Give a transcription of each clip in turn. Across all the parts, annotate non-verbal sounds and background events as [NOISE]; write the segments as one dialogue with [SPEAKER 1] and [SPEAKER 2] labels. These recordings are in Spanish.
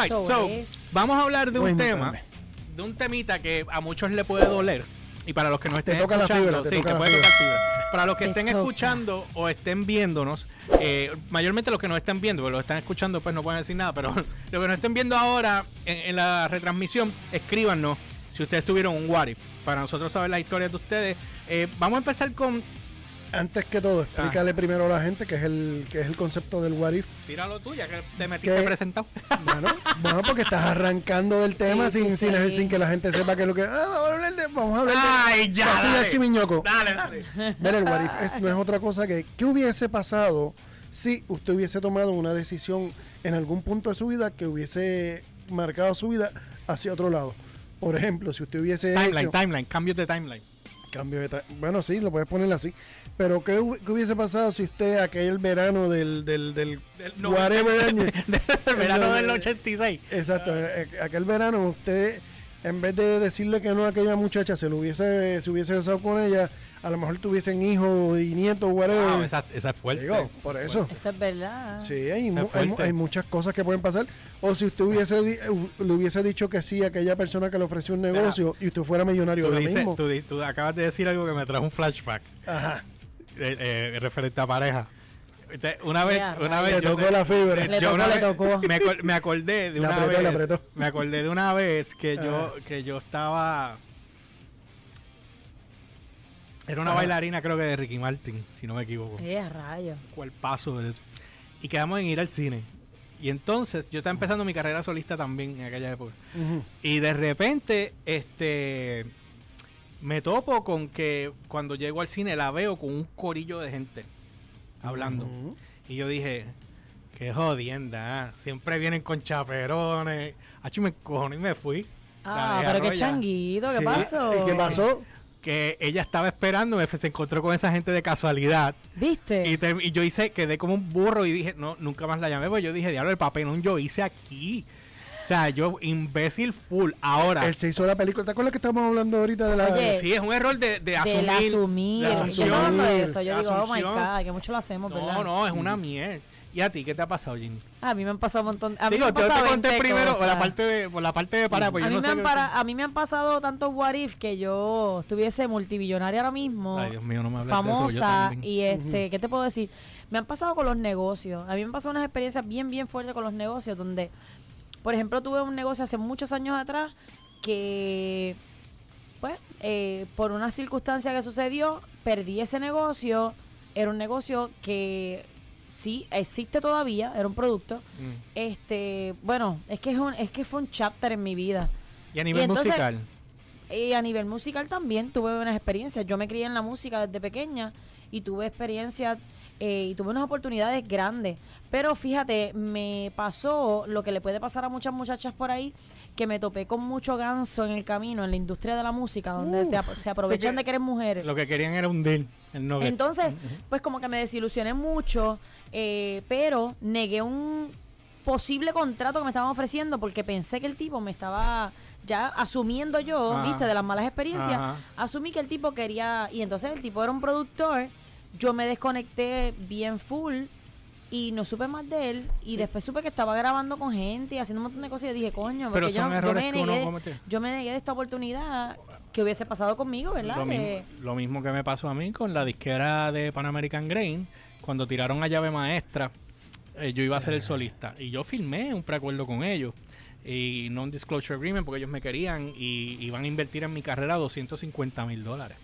[SPEAKER 1] right,
[SPEAKER 2] Eso
[SPEAKER 1] so,
[SPEAKER 2] es.
[SPEAKER 1] vamos a hablar de un
[SPEAKER 3] Bueno,
[SPEAKER 1] tema,
[SPEAKER 3] espérame.
[SPEAKER 1] de un temita que a muchos le puede doler. Y para los que nos estén
[SPEAKER 3] toca la
[SPEAKER 1] escuchando,
[SPEAKER 3] fibra, te
[SPEAKER 1] sí,
[SPEAKER 3] toca la
[SPEAKER 1] puede
[SPEAKER 3] fibra.
[SPEAKER 1] tocar fibra. Para los que
[SPEAKER 2] Te
[SPEAKER 1] estén
[SPEAKER 2] toca.
[SPEAKER 1] escuchando o estén viéndonos, eh, mayormente los que nos estén viendo, porque los que están escuchando pues no pueden decir nada, pero [LAUGHS] los que nos estén viendo ahora en, en la retransmisión, escríbanos si ustedes tuvieron un what if, para nosotros saber las historias de ustedes. Eh, vamos a empezar con...
[SPEAKER 3] Antes que todo,
[SPEAKER 1] Ah.
[SPEAKER 3] explícale primero a la gente qué es el, qué es el concepto del
[SPEAKER 2] [LAUGHS]
[SPEAKER 3] what if.
[SPEAKER 1] Tíralo tú, ya que te metiste
[SPEAKER 3] ¿Qué?
[SPEAKER 1] presentado. [LAUGHS]
[SPEAKER 3] Bueno, bueno, porque estás arrancando del tema
[SPEAKER 2] Sí,
[SPEAKER 3] sin,
[SPEAKER 2] sí,
[SPEAKER 3] sin,
[SPEAKER 2] sí.
[SPEAKER 3] sin que la gente sepa qué es lo que. Ah, vamos a hablar de. Vamos a hablar de-
[SPEAKER 1] ¡Ay, Ah, ya!
[SPEAKER 3] Así de
[SPEAKER 1] dale.
[SPEAKER 3] así, miñoco.
[SPEAKER 1] Dale, dale.
[SPEAKER 3] Ver el what if es- no es otra cosa que qué hubiese pasado si usted hubiese tomado una decisión en algún punto de su vida que hubiese marcado su vida hacia otro lado. Por ejemplo, si usted hubiese
[SPEAKER 1] Timeline,
[SPEAKER 3] hecho-
[SPEAKER 1] timeline, cambios de timeline.
[SPEAKER 3] cambio de tra- bueno, sí, lo puedes poner así, pero qué, hu- qué hubiese pasado si usted aquel verano del del del,
[SPEAKER 1] Del no- [LAUGHS]
[SPEAKER 3] whatever año-
[SPEAKER 1] El verano del 86.
[SPEAKER 3] Exacto,
[SPEAKER 1] Ah.
[SPEAKER 3] eh, aquel verano usted en vez de decirle que no a aquella muchacha se lo hubiese se hubiese besado con ella, a lo mejor tuviesen hijos y nietos whatever.
[SPEAKER 1] Wow, Ah, pues, esa, esa es fuerte.
[SPEAKER 3] Digo, por eso.
[SPEAKER 2] Eso es verdad.
[SPEAKER 3] Sí, hay,
[SPEAKER 1] Está
[SPEAKER 3] mu- hay mu-
[SPEAKER 1] fuerte.
[SPEAKER 3] hay muchas cosas que pueden pasar. O si usted hubiese di- eh, le hubiese dicho que sí a aquella persona que le ofreció un
[SPEAKER 1] Mira,
[SPEAKER 3] negocio y usted fuera millonario
[SPEAKER 1] Tú,
[SPEAKER 3] ahora
[SPEAKER 1] dices-
[SPEAKER 3] mismo.
[SPEAKER 1] tú di- tú acabas de decir algo que me trajo un flashback
[SPEAKER 3] Ajá.
[SPEAKER 1] eh, eh, referente a pareja. Te- Una vez,
[SPEAKER 2] Ya,
[SPEAKER 1] una
[SPEAKER 2] rayos.
[SPEAKER 1] vez
[SPEAKER 3] Le
[SPEAKER 1] yo
[SPEAKER 3] tocó
[SPEAKER 1] te-
[SPEAKER 3] la fibra.
[SPEAKER 1] eh,
[SPEAKER 2] Le
[SPEAKER 1] yo
[SPEAKER 2] tocó,
[SPEAKER 1] una
[SPEAKER 2] le
[SPEAKER 1] vez-
[SPEAKER 2] tocó.
[SPEAKER 1] Me, acor- me acordé de
[SPEAKER 3] [LAUGHS] Le
[SPEAKER 1] una
[SPEAKER 3] apretó, le
[SPEAKER 1] vez.
[SPEAKER 3] apretó.
[SPEAKER 1] Me acordé de una vez que yo, que yo estaba. Era una
[SPEAKER 3] Ajá.
[SPEAKER 1] bailarina, creo que de Ricky Martin, si no me equivoco.
[SPEAKER 2] Eh, a rayo.
[SPEAKER 1] cual paso de- y quedamos en ir al cine y entonces yo estaba empezando mi carrera solista también en aquella época
[SPEAKER 3] Ujú.
[SPEAKER 1] y de repente este me topo con que cuando llego al cine la veo con un corillo de gente hablando
[SPEAKER 3] Ujú.
[SPEAKER 1] y yo dije qué jodienda ah, siempre vienen con chaperones acho me encojoné y me fui La
[SPEAKER 2] Ah,
[SPEAKER 1] dejé
[SPEAKER 2] pero qué
[SPEAKER 1] arrollada.
[SPEAKER 2] changuito, ¿qué
[SPEAKER 3] Sí.
[SPEAKER 2] pasó?
[SPEAKER 3] ¿Y qué pasó?
[SPEAKER 1] que ella estaba esperándome se encontró con esa gente de casualidad
[SPEAKER 2] ¿Viste?
[SPEAKER 1] Y, te- y yo hice, quedé como un burro y dije, no, nunca más la llamé, porque yo dije, diablo, el papelón yo hice aquí. O sea, yo imbécil full. Ahora,
[SPEAKER 3] Él se hizo la película. ¿Te acuerdas que estábamos hablando ahorita de la.
[SPEAKER 2] Oye,
[SPEAKER 1] sí, es un error de, de asumir.
[SPEAKER 2] Del asumir.
[SPEAKER 1] de
[SPEAKER 2] Yo
[SPEAKER 3] asunción,
[SPEAKER 2] estaba hablando de eso.
[SPEAKER 1] de
[SPEAKER 2] Yo digo, oh my
[SPEAKER 1] asunción.
[SPEAKER 2] God, que mucho lo hacemos, ¿verdad? Ah,
[SPEAKER 1] No, no, es una mierda. ¿Y a ti qué te ha pasado, Jimmy?
[SPEAKER 2] A mí me han pasado un montón. A mí
[SPEAKER 1] Digo,
[SPEAKER 2] me han
[SPEAKER 1] yo
[SPEAKER 2] pasado
[SPEAKER 1] te conté
[SPEAKER 2] 20
[SPEAKER 1] primero por la
[SPEAKER 2] cosas.
[SPEAKER 1] parte de, por la parte de para, pues
[SPEAKER 2] a,
[SPEAKER 1] yo
[SPEAKER 2] mí
[SPEAKER 1] no
[SPEAKER 2] me
[SPEAKER 1] sé
[SPEAKER 2] han
[SPEAKER 1] qué-
[SPEAKER 2] para- a mí me han pasado tantos what if que yo estuviese multimillonaria ahora mismo.
[SPEAKER 1] Ay, Dios mío, no me hables de eso, yo
[SPEAKER 2] famosa
[SPEAKER 1] también.
[SPEAKER 2] y este, ¿qué te puedo decir? Me han pasado con los negocios. A mí me han pasado unas experiencias bien, bien fuertes con los negocios donde, por ejemplo, tuve un negocio hace muchos años atrás que, pues, eh, por una circunstancia que sucedió, perdí ese negocio. Era un negocio que sí existe todavía, era un producto.
[SPEAKER 1] Mm.
[SPEAKER 2] Este, bueno, es que es un, es que fue un chapter en mi vida.
[SPEAKER 1] Y a nivel
[SPEAKER 2] Y entonces-
[SPEAKER 1] musical.
[SPEAKER 2] Y a nivel musical también tuve buenas experiencias. Yo me crié en la música desde pequeña y tuve experiencias eh, y tuve unas oportunidades grandes. Pero fíjate, me pasó lo que le puede pasar a muchas muchachas por ahí, que me topé con mucho ganso en el camino, en la industria de la música, donde te ap- se aprovechan
[SPEAKER 1] que-
[SPEAKER 2] de que eres mujer.
[SPEAKER 1] Uh. Lo que querían era un deal. El nugget.
[SPEAKER 2] Entonces, pues como que me desilusioné mucho, eh, pero negué un posible contrato que me estaban ofreciendo porque pensé que el tipo me estaba ya asumiendo yo,
[SPEAKER 1] Ajá.
[SPEAKER 2] viste, de las malas experiencias,
[SPEAKER 1] Ah, Ajá.
[SPEAKER 2] asumí que el tipo quería, y entonces el tipo era un productor, yo me desconecté bien full y no supe más de él y después supe que estaba grabando con gente y haciendo un montón de cosas y yo dije, coño,
[SPEAKER 1] Pero
[SPEAKER 2] porque yo,
[SPEAKER 1] son
[SPEAKER 2] no- yo
[SPEAKER 1] errores
[SPEAKER 2] me
[SPEAKER 1] que uno
[SPEAKER 2] negué,
[SPEAKER 1] comete.
[SPEAKER 2] yo me negué de esta oportunidad que hubiese pasado conmigo, ¿verdad?
[SPEAKER 1] Lo
[SPEAKER 2] Que-
[SPEAKER 1] mismo, lo mismo que me pasó a mí con la disquera de Pan American Grain, cuando tiraron a llave maestra, eh, yo iba a ser el solista y yo firmé un preacuerdo con ellos y non-disclosure agreement porque ellos me querían y iban a invertir en mi carrera 250 mil dólares.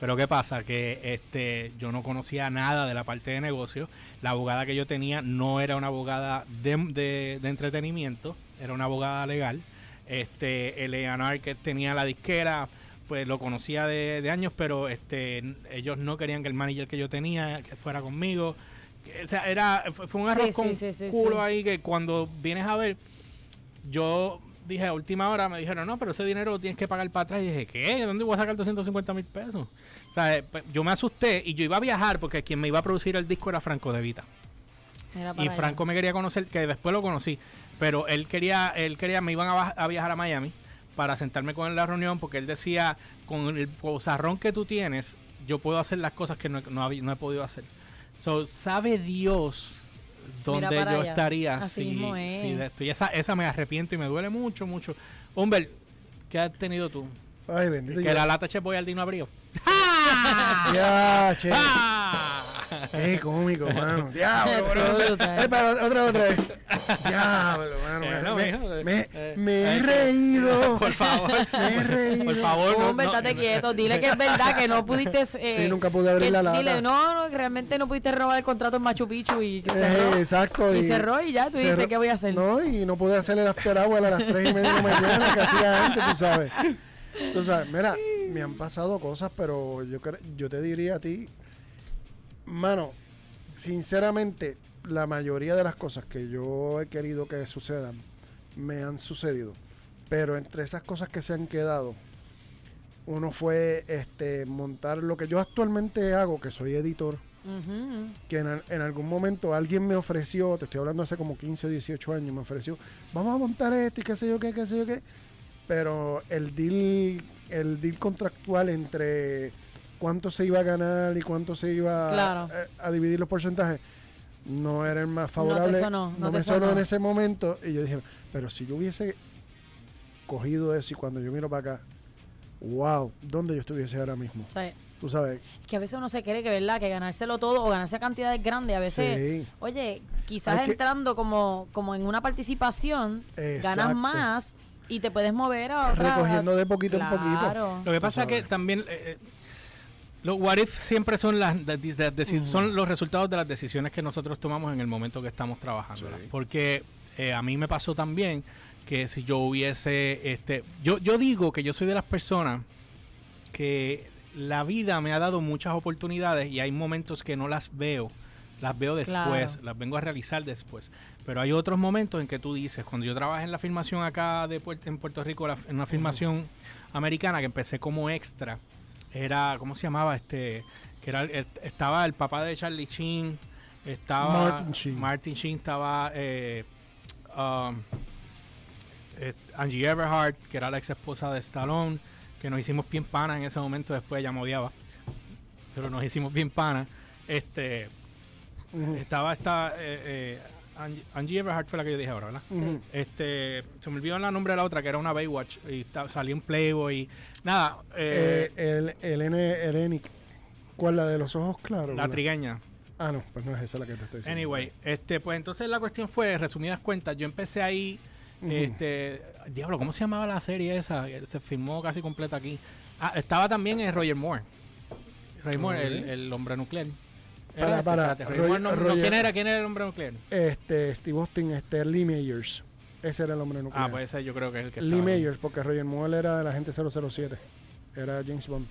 [SPEAKER 1] Pero qué pasa que este yo no conocía nada de la parte de negocio. La abogada que yo tenía no era una abogada de, de- de entretenimiento, era una abogada legal. Este el A&R que tenía la disquera, pues lo conocía de, de años, pero este n- ellos no querían que el manager que yo tenía que fuera conmigo. Que- O sea, era fue fue un
[SPEAKER 2] Sí,
[SPEAKER 1] arroz
[SPEAKER 2] sí,
[SPEAKER 1] con
[SPEAKER 2] sí, sí,
[SPEAKER 1] culo
[SPEAKER 2] sí.
[SPEAKER 1] ahí que cuando vienes a ver yo dije a última hora, me dijeron, no, pero ese dinero lo tienes que pagar para atrás. Y dije, ¿qué? ¿De dónde voy a sacar 250 mil pesos? O sea, eh, pues, yo me asusté y yo iba a viajar porque quien me iba a producir el disco era Franco De Vita.
[SPEAKER 2] Mira
[SPEAKER 1] Y
[SPEAKER 2] para allá.
[SPEAKER 1] Franco me quería conocer, que después lo conocí, pero él quería, él quería, me iban a, baj- a viajar a Miami para sentarme con él en la reunión porque él decía, con el pozarrón que tú tienes, yo puedo hacer las cosas que no, no, habí- no he podido hacer. So, sabe Dios donde
[SPEAKER 2] para
[SPEAKER 1] yo
[SPEAKER 2] allá.
[SPEAKER 1] estaría
[SPEAKER 2] Así
[SPEAKER 1] si,
[SPEAKER 2] mismo es.
[SPEAKER 1] si de esto. Y esa, esa me arrepiento y me duele mucho, mucho. Humbert, ¿qué has tenido tú?
[SPEAKER 3] Ay, bendito.
[SPEAKER 1] Que
[SPEAKER 3] yo-
[SPEAKER 1] la lata Chef Boyardee no
[SPEAKER 3] [LAUGHS]
[SPEAKER 1] abrió.
[SPEAKER 3] Ya, che.
[SPEAKER 1] ¡Ah!
[SPEAKER 3] Qué cómico, mano. [LAUGHS] Diablo,
[SPEAKER 2] Todo
[SPEAKER 3] bro.
[SPEAKER 2] brutal.
[SPEAKER 3] Ay, para, otra, otra vez. Diablo, mano.
[SPEAKER 1] Eh,
[SPEAKER 3] me-
[SPEAKER 1] no,
[SPEAKER 3] me,
[SPEAKER 1] mijo, eh,
[SPEAKER 3] me-
[SPEAKER 1] eh,
[SPEAKER 3] me he
[SPEAKER 1] eh,
[SPEAKER 3] reído.
[SPEAKER 1] Por favor.
[SPEAKER 3] [LAUGHS] Me he reído.
[SPEAKER 1] Por
[SPEAKER 3] [LAUGHS]
[SPEAKER 1] favor, no.
[SPEAKER 2] Hombre,
[SPEAKER 1] no,
[SPEAKER 2] estate
[SPEAKER 1] no.
[SPEAKER 2] quieto. Dile que es verdad que no
[SPEAKER 1] [LAUGHS]
[SPEAKER 2] pudiste. eh,
[SPEAKER 3] Sí, nunca pude abrir
[SPEAKER 2] que-
[SPEAKER 3] la lata.
[SPEAKER 2] Dile, no, no, que realmente no pudiste robar el contrato en Machu Picchu y que
[SPEAKER 3] Eh,
[SPEAKER 2] cerró.
[SPEAKER 3] exacto.
[SPEAKER 2] Y cerró y ya, tú dijiste,
[SPEAKER 3] cerró-
[SPEAKER 2] ¿qué voy a hacer?
[SPEAKER 3] No, y no pude hacer el after hour a las 3 y media de la mañana que hacía antes, tú sabes. Tú sabes, mira, me han pasado cosas, pero yo, cre- yo te diría a ti, mano, sinceramente, la mayoría de las cosas que yo he querido que sucedan me han sucedido. Pero entre esas cosas que se han quedado, uno fue este montar lo que yo actualmente hago, que soy editor
[SPEAKER 2] Ujú.
[SPEAKER 3] que en, al- en algún momento alguien me ofreció, te estoy hablando hace como 15 o 18 años, me ofreció, vamos a montar esto y qué sé yo qué, qué sé yo qué. Pero el deal, el deal contractual entre cuánto se iba a ganar y cuánto se iba a- eh,
[SPEAKER 2] Claro.
[SPEAKER 3] a, a dividir los porcentajes, no era el más favorable.
[SPEAKER 2] sonó, no te
[SPEAKER 3] me sonó en
[SPEAKER 2] sonó.
[SPEAKER 3] ese momento. Y yo dije, pero si yo hubiese cogido eso y cuando yo miro para acá, wow, ¿dónde yo estuviese ahora mismo?
[SPEAKER 2] O sea,
[SPEAKER 3] Tú sabes.
[SPEAKER 2] es que a veces uno se cree que, ¿verdad? Que ganárselo todo o ganarse cantidades grandes, a veces...
[SPEAKER 3] sí.
[SPEAKER 2] Oye, quizás
[SPEAKER 3] Hay que-
[SPEAKER 2] entrando como, como en una participación, ganas
[SPEAKER 3] Exacto.
[SPEAKER 2] más y te puedes mover a otra...
[SPEAKER 3] Recogiendo de poquito en poquito.
[SPEAKER 2] Claro.
[SPEAKER 1] Lo que pasa es que también eh, eh, los what if siempre son las de- de- de- deci- son los resultados de las decisiones que nosotros tomamos en el momento que estamos trabajando.
[SPEAKER 3] Sí.
[SPEAKER 1] Porque eh, a mí me pasó también que si yo hubiese este yo yo digo que yo soy de las personas que la vida me ha dado muchas oportunidades y hay momentos que no las veo. Las veo después,
[SPEAKER 2] Claro.
[SPEAKER 1] las vengo a realizar después. Pero hay otros momentos en que tú dices, cuando yo trabajé en la filmación acá de Puer- en Puerto Rico, la- en una filmación americana que empecé como extra, era, ¿cómo se llamaba? Este, que era, el- estaba el papá de Charlie Sheen, estaba
[SPEAKER 3] Martin Sheen.
[SPEAKER 1] Martin Sheen estaba eh, um, eh, Angie Everhart, que era la ex esposa de Stallone, que nos hicimos bien panas en ese momento, después ella me odiaba, pero nos hicimos bien panas. Este,
[SPEAKER 3] Ujú.
[SPEAKER 1] estaba esta eh, eh, Angie, Angie Everhart fue la que yo dije ahora, ¿verdad?
[SPEAKER 3] Ujú.
[SPEAKER 1] Este, se me olvidó el nombre de la otra, que era una Baywatch, y ta- salió en Playboy. Nada, eh,
[SPEAKER 3] Eh, el, el N, el Enic. ¿Cuál? ¿La de los ojos claros?
[SPEAKER 1] la
[SPEAKER 3] ¿verdad?
[SPEAKER 1] trigueña.
[SPEAKER 3] Ah, no, pues no es esa la que te estoy diciendo.
[SPEAKER 1] Anyway, este, pues entonces la cuestión fue, resumidas cuentas, yo empecé ahí,
[SPEAKER 3] Ujú.
[SPEAKER 1] este, diablo, ¿cómo se llamaba la serie esa? Se filmó casi completa aquí. Ah, estaba también en Roger Moore. Roger Moore, el,
[SPEAKER 3] Ok.
[SPEAKER 1] el hombre nuclear.
[SPEAKER 3] Para,
[SPEAKER 1] Era ese,
[SPEAKER 3] para,
[SPEAKER 1] espérate, Roger
[SPEAKER 3] Roger-
[SPEAKER 1] Moore no- no,
[SPEAKER 3] Roger-
[SPEAKER 1] ¿Quién era? ¿Quién era el hombre nuclear? Ah,
[SPEAKER 3] Este, Steve Austin, este, Lee Mayers. Ese era el hombre nuclear.
[SPEAKER 1] Ah, pues ese yo creo que es el que
[SPEAKER 3] Lee
[SPEAKER 1] estaba ahí.
[SPEAKER 3] Mayers, porque Roger Moore era el agente 007. Era James Bond.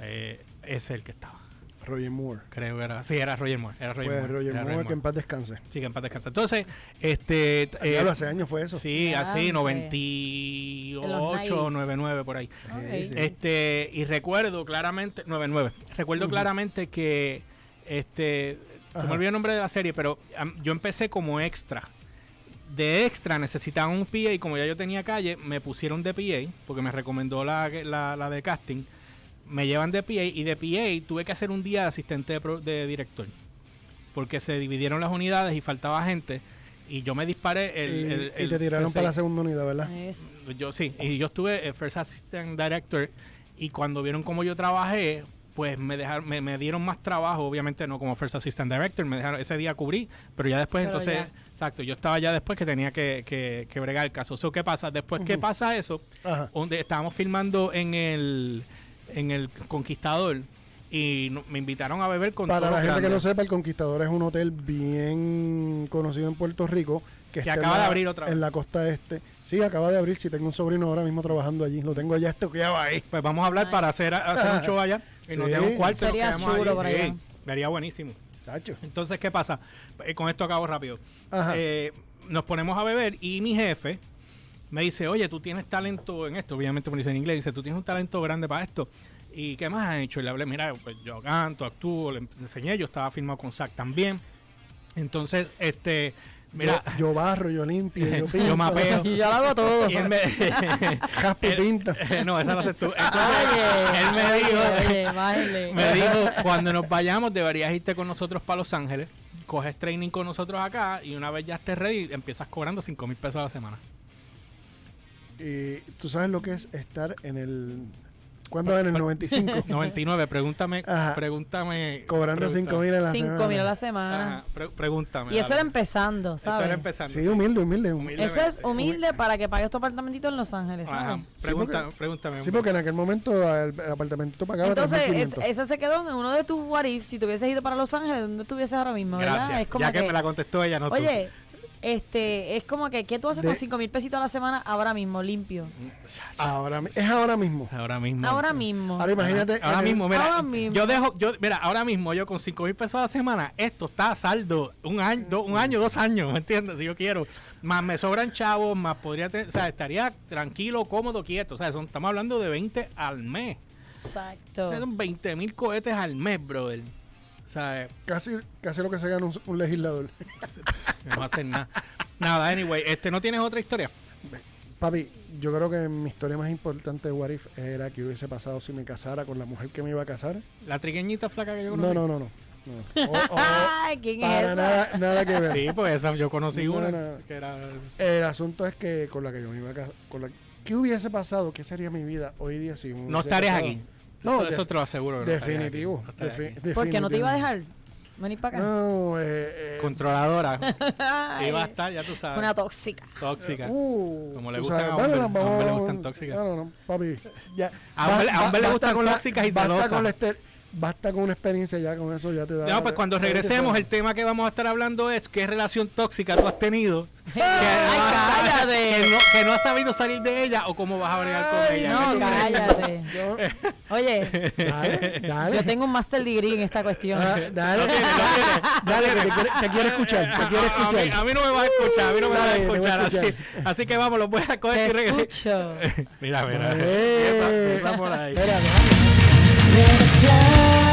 [SPEAKER 1] Eh, ese es el que estaba.
[SPEAKER 3] Roger Moore.
[SPEAKER 1] Creo que era. Sí, era Roger Moore. Era Roger
[SPEAKER 3] pues
[SPEAKER 1] Moore.
[SPEAKER 3] Roger
[SPEAKER 1] era
[SPEAKER 3] Moore, que en paz descanse.
[SPEAKER 1] Sí, que en paz descansa. Entonces, este. eh,
[SPEAKER 3] Diablo, hace años fue eso.
[SPEAKER 1] Sí,
[SPEAKER 2] Ya,
[SPEAKER 1] así,
[SPEAKER 2] hombre.
[SPEAKER 1] 98,
[SPEAKER 2] En los
[SPEAKER 1] 99, por ahí.
[SPEAKER 2] Ok.
[SPEAKER 3] Sí, sí.
[SPEAKER 1] Este, y recuerdo claramente, 99, recuerdo
[SPEAKER 3] Ujú. claramente
[SPEAKER 1] claramente que, este, se
[SPEAKER 3] Ajá.
[SPEAKER 1] me olvidó el nombre de la serie, pero am, yo empecé como extra. De extra necesitaban un PA y como ya yo tenía calle, me pusieron de PA, porque me recomendó la, la, la de casting. Me llevan de PA y de PA tuve que hacer un día de asistente de, pro- de director. Porque se dividieron las unidades y faltaba gente. Y yo me disparé el...
[SPEAKER 3] y,
[SPEAKER 1] el-
[SPEAKER 3] y
[SPEAKER 1] el
[SPEAKER 3] te tiraron
[SPEAKER 1] first
[SPEAKER 3] para
[SPEAKER 1] aid.
[SPEAKER 3] la segunda unidad, ¿verdad?
[SPEAKER 2] Es-
[SPEAKER 1] Yo sí, y yo estuve eh, First Assistant Director y cuando vieron cómo yo trabajé, pues me dejaron, me, me dieron más trabajo, obviamente no como First Assistant Director, me dejaron, ese día cubrí, pero ya después
[SPEAKER 2] Pero
[SPEAKER 1] entonces, exacto, yo estaba ya después que tenía que, que, que bregar el caso. So, ¿Qué pasa? Después que
[SPEAKER 3] Ujú.
[SPEAKER 1] pasa eso,
[SPEAKER 3] Ajá.
[SPEAKER 1] donde estábamos filmando en el, en el Conquistador y no- me invitaron a beber con
[SPEAKER 3] Para
[SPEAKER 1] todos
[SPEAKER 3] la
[SPEAKER 1] los
[SPEAKER 3] gente que no
[SPEAKER 1] grandes,
[SPEAKER 3] sepa, el Conquistador es un hotel bien conocido en Puerto Rico. Que, está en
[SPEAKER 1] acaba de
[SPEAKER 3] la-
[SPEAKER 1] abrir otra vez.
[SPEAKER 3] En la costa este. Sí, acaba de abrir. Si tengo un sobrino ahora mismo trabajando allí, lo tengo allá estoqueado ahí.
[SPEAKER 1] Pues vamos a hablar
[SPEAKER 2] Nice.
[SPEAKER 1] para hacer, hacer un show allá y nos
[SPEAKER 3] Sí.
[SPEAKER 1] dieron un cuarto y nos
[SPEAKER 2] Sería
[SPEAKER 1] quedamos
[SPEAKER 2] chulo
[SPEAKER 1] ahí.
[SPEAKER 2] por
[SPEAKER 1] Sí,
[SPEAKER 2] allá.
[SPEAKER 1] Sería buenísimo.
[SPEAKER 3] Chacho.
[SPEAKER 1] Entonces, ¿qué pasa? Eh, con esto acabo rápido.
[SPEAKER 3] Ajá.
[SPEAKER 1] Eh, nos ponemos a beber y mi jefe me dice, oye, tú tienes talento en esto. Obviamente me lo dice en inglés. Dice, tú tienes un talento grande para esto. ¿Y qué más has hecho? Y le hablé, mira, pues yo canto, actúo, le enseñé. Yo estaba firmado con SAC también. Entonces, este, mira,
[SPEAKER 3] yo, yo barro, yo limpio,
[SPEAKER 1] [LAUGHS]
[SPEAKER 3] yo
[SPEAKER 1] Yo
[SPEAKER 3] pinto. [LAUGHS]
[SPEAKER 1] mapeo.
[SPEAKER 2] Y yo lo
[SPEAKER 1] [LAUGHS]
[SPEAKER 2] hago todo.
[SPEAKER 1] y él me-
[SPEAKER 3] Jaspi pinta.
[SPEAKER 1] no, esa la haces tú. Entonces,
[SPEAKER 2] Oye,
[SPEAKER 1] él me dijo,
[SPEAKER 2] oye, oye, bájale.
[SPEAKER 1] me dijo, cuando nos vayamos deberías irte con nosotros para Los Ángeles coges training con nosotros acá y una vez ya estés ready, empiezas cobrando 5 mil pesos a la semana.
[SPEAKER 3] Y tú sabes lo que es estar en el. ¿Cuándo en el
[SPEAKER 1] [LAUGHS]
[SPEAKER 3] 95?
[SPEAKER 1] 99, pregúntame,
[SPEAKER 3] Ajá.
[SPEAKER 1] pregúntame.
[SPEAKER 3] Cobrando 5 mil a la
[SPEAKER 2] 5
[SPEAKER 3] semana.
[SPEAKER 2] mil a la semana.
[SPEAKER 1] Ajá, pre- pregúntame.
[SPEAKER 2] Y eso era
[SPEAKER 1] dale.
[SPEAKER 2] empezando,
[SPEAKER 1] Eso era
[SPEAKER 2] ¿sabes?
[SPEAKER 1] empezando.
[SPEAKER 3] Sí, humilde, humilde. humilde.
[SPEAKER 1] Humilde.
[SPEAKER 2] Eso es humilde
[SPEAKER 1] Humilde.
[SPEAKER 2] para que pagues tu apartamentito en Los Ángeles,
[SPEAKER 1] Ajá,
[SPEAKER 2] ¿sabes?
[SPEAKER 3] Sí,
[SPEAKER 1] pregúntame,
[SPEAKER 3] porque-
[SPEAKER 1] pregúntame.
[SPEAKER 3] Sí, porque en aquel momento el, el apartamento pagaba
[SPEAKER 2] Entonces, es-
[SPEAKER 3] 3.500.
[SPEAKER 2] esa se quedó en uno de tus what ifs. Si te hubieses ido para Los Ángeles, ¿dónde estuvieses ahora mismo? ¿verdad?
[SPEAKER 1] Gracias.
[SPEAKER 2] Es como
[SPEAKER 1] ya que, me la contestó ella, no tú.
[SPEAKER 2] Oye, este, es como que, ¿qué tú haces
[SPEAKER 3] De-
[SPEAKER 2] con 5 mil pesitos a la semana ahora mismo, limpio?
[SPEAKER 3] Ahora, mi- es ahora mismo.
[SPEAKER 1] Ahora mismo.
[SPEAKER 2] Ahora mismo.
[SPEAKER 3] Ahora imagínate.
[SPEAKER 1] Ahora, ahora
[SPEAKER 3] en el-
[SPEAKER 1] mismo, mira.
[SPEAKER 2] Ahora mismo.
[SPEAKER 1] Yo dejo, yo, mira, ahora mismo yo con 5 mil pesos a la semana, esto está a saldo un año, do- un año, dos años, ¿me entiendes? Si yo quiero. Más me sobran chavos, más podría tener, o sea, estaría tranquilo, cómodo, quieto. O sea, son, estamos hablando de 20 al mes. O
[SPEAKER 2] Exacto.
[SPEAKER 1] sea, son 20 mil cohetes al mes, brother. O sea, eh,
[SPEAKER 3] Casi, casi lo que se gana un, un legislador.
[SPEAKER 1] no hacen nada. Nada, anyway, este, ¿no tienes otra historia?
[SPEAKER 3] Papi, yo creo que mi historia más importante de What If era que hubiese pasado si me casara con la mujer que me iba a casar.
[SPEAKER 1] La trigueñita flaca que yo conocí.
[SPEAKER 3] No, no, no, no.
[SPEAKER 2] [LAUGHS]
[SPEAKER 3] no. O- o-
[SPEAKER 2] Ay, ¿quién es
[SPEAKER 3] para
[SPEAKER 2] esa?
[SPEAKER 3] nada, nada que ver.
[SPEAKER 1] Sí, pues esa yo conocí
[SPEAKER 3] No,
[SPEAKER 1] una
[SPEAKER 3] no.
[SPEAKER 1] que era
[SPEAKER 3] El asunto es que con la que yo me iba a casar. Con la, ¿Qué hubiese pasado? ¿Qué sería mi vida hoy día si me
[SPEAKER 1] No
[SPEAKER 3] hubiese
[SPEAKER 1] estarías
[SPEAKER 3] casado?
[SPEAKER 1] aquí.
[SPEAKER 3] No,
[SPEAKER 1] No, eso
[SPEAKER 3] de-
[SPEAKER 1] te lo aseguro. que no estarías aquí.
[SPEAKER 3] Definitivo.
[SPEAKER 1] No estarías
[SPEAKER 3] defi-
[SPEAKER 1] aquí.
[SPEAKER 2] Porque no te iba a
[SPEAKER 3] definitivo.
[SPEAKER 2] dejar venir para acá.
[SPEAKER 3] No, eh, eh, [LAUGHS]
[SPEAKER 1] Controladora.
[SPEAKER 2] Ay,
[SPEAKER 1] iba a estar, ya tú sabes.
[SPEAKER 2] Una tóxica.
[SPEAKER 1] tóxica.
[SPEAKER 3] uh,
[SPEAKER 1] Como le
[SPEAKER 3] tú
[SPEAKER 1] gustan a
[SPEAKER 3] bueno,
[SPEAKER 1] hombres,
[SPEAKER 3] no,
[SPEAKER 1] a
[SPEAKER 3] vamos-
[SPEAKER 1] hombres le gustan tóxicas.
[SPEAKER 3] No, no, no,
[SPEAKER 1] [LAUGHS]
[SPEAKER 3] papi. Ya.
[SPEAKER 1] A
[SPEAKER 3] Ba-
[SPEAKER 1] hombre- a
[SPEAKER 3] ba-
[SPEAKER 1] hombre le
[SPEAKER 3] basta
[SPEAKER 1] gustan
[SPEAKER 3] con la-
[SPEAKER 1] tóxicas y
[SPEAKER 3] Basta
[SPEAKER 1] celosas.
[SPEAKER 3] con, la ester- basta con una experiencia ya, con eso ya te da.
[SPEAKER 1] No, pues cuando regresemos, el tema que vamos a estar hablando es qué relación tóxica tú has tenido. [LAUGHS] Que,
[SPEAKER 2] Ay, cállate.
[SPEAKER 3] [LAUGHS]
[SPEAKER 1] que no, que no has sabido salir de ella o cómo vas a bregar con
[SPEAKER 2] Ay,
[SPEAKER 1] ella.
[SPEAKER 2] no,
[SPEAKER 1] ¿Qué tú crees?
[SPEAKER 2] cállate.
[SPEAKER 1] [LAUGHS]
[SPEAKER 3] Yo-
[SPEAKER 2] Oye,
[SPEAKER 3] dale, dale.
[SPEAKER 2] yo tengo un master degree en esta cuestión.
[SPEAKER 3] Ah, dale,
[SPEAKER 1] No tiene, no tiene,
[SPEAKER 3] dale, que te quiere, te quiere escuchar, te quiere
[SPEAKER 1] [LAUGHS] A- a mí- A,
[SPEAKER 3] escuchar.
[SPEAKER 1] mí, no me va a escuchar, a mí no me va a
[SPEAKER 3] Dale, te voy a
[SPEAKER 1] escuchar. Así,
[SPEAKER 3] escuchar.
[SPEAKER 1] así que vamos, los voy a coger y
[SPEAKER 2] Te
[SPEAKER 1] regreso.
[SPEAKER 2] escucho.
[SPEAKER 1] [LAUGHS] Mira, mira.
[SPEAKER 3] Eh.
[SPEAKER 1] Empieza- empieza por ahí.
[SPEAKER 3] Espera,
[SPEAKER 2] Red flag.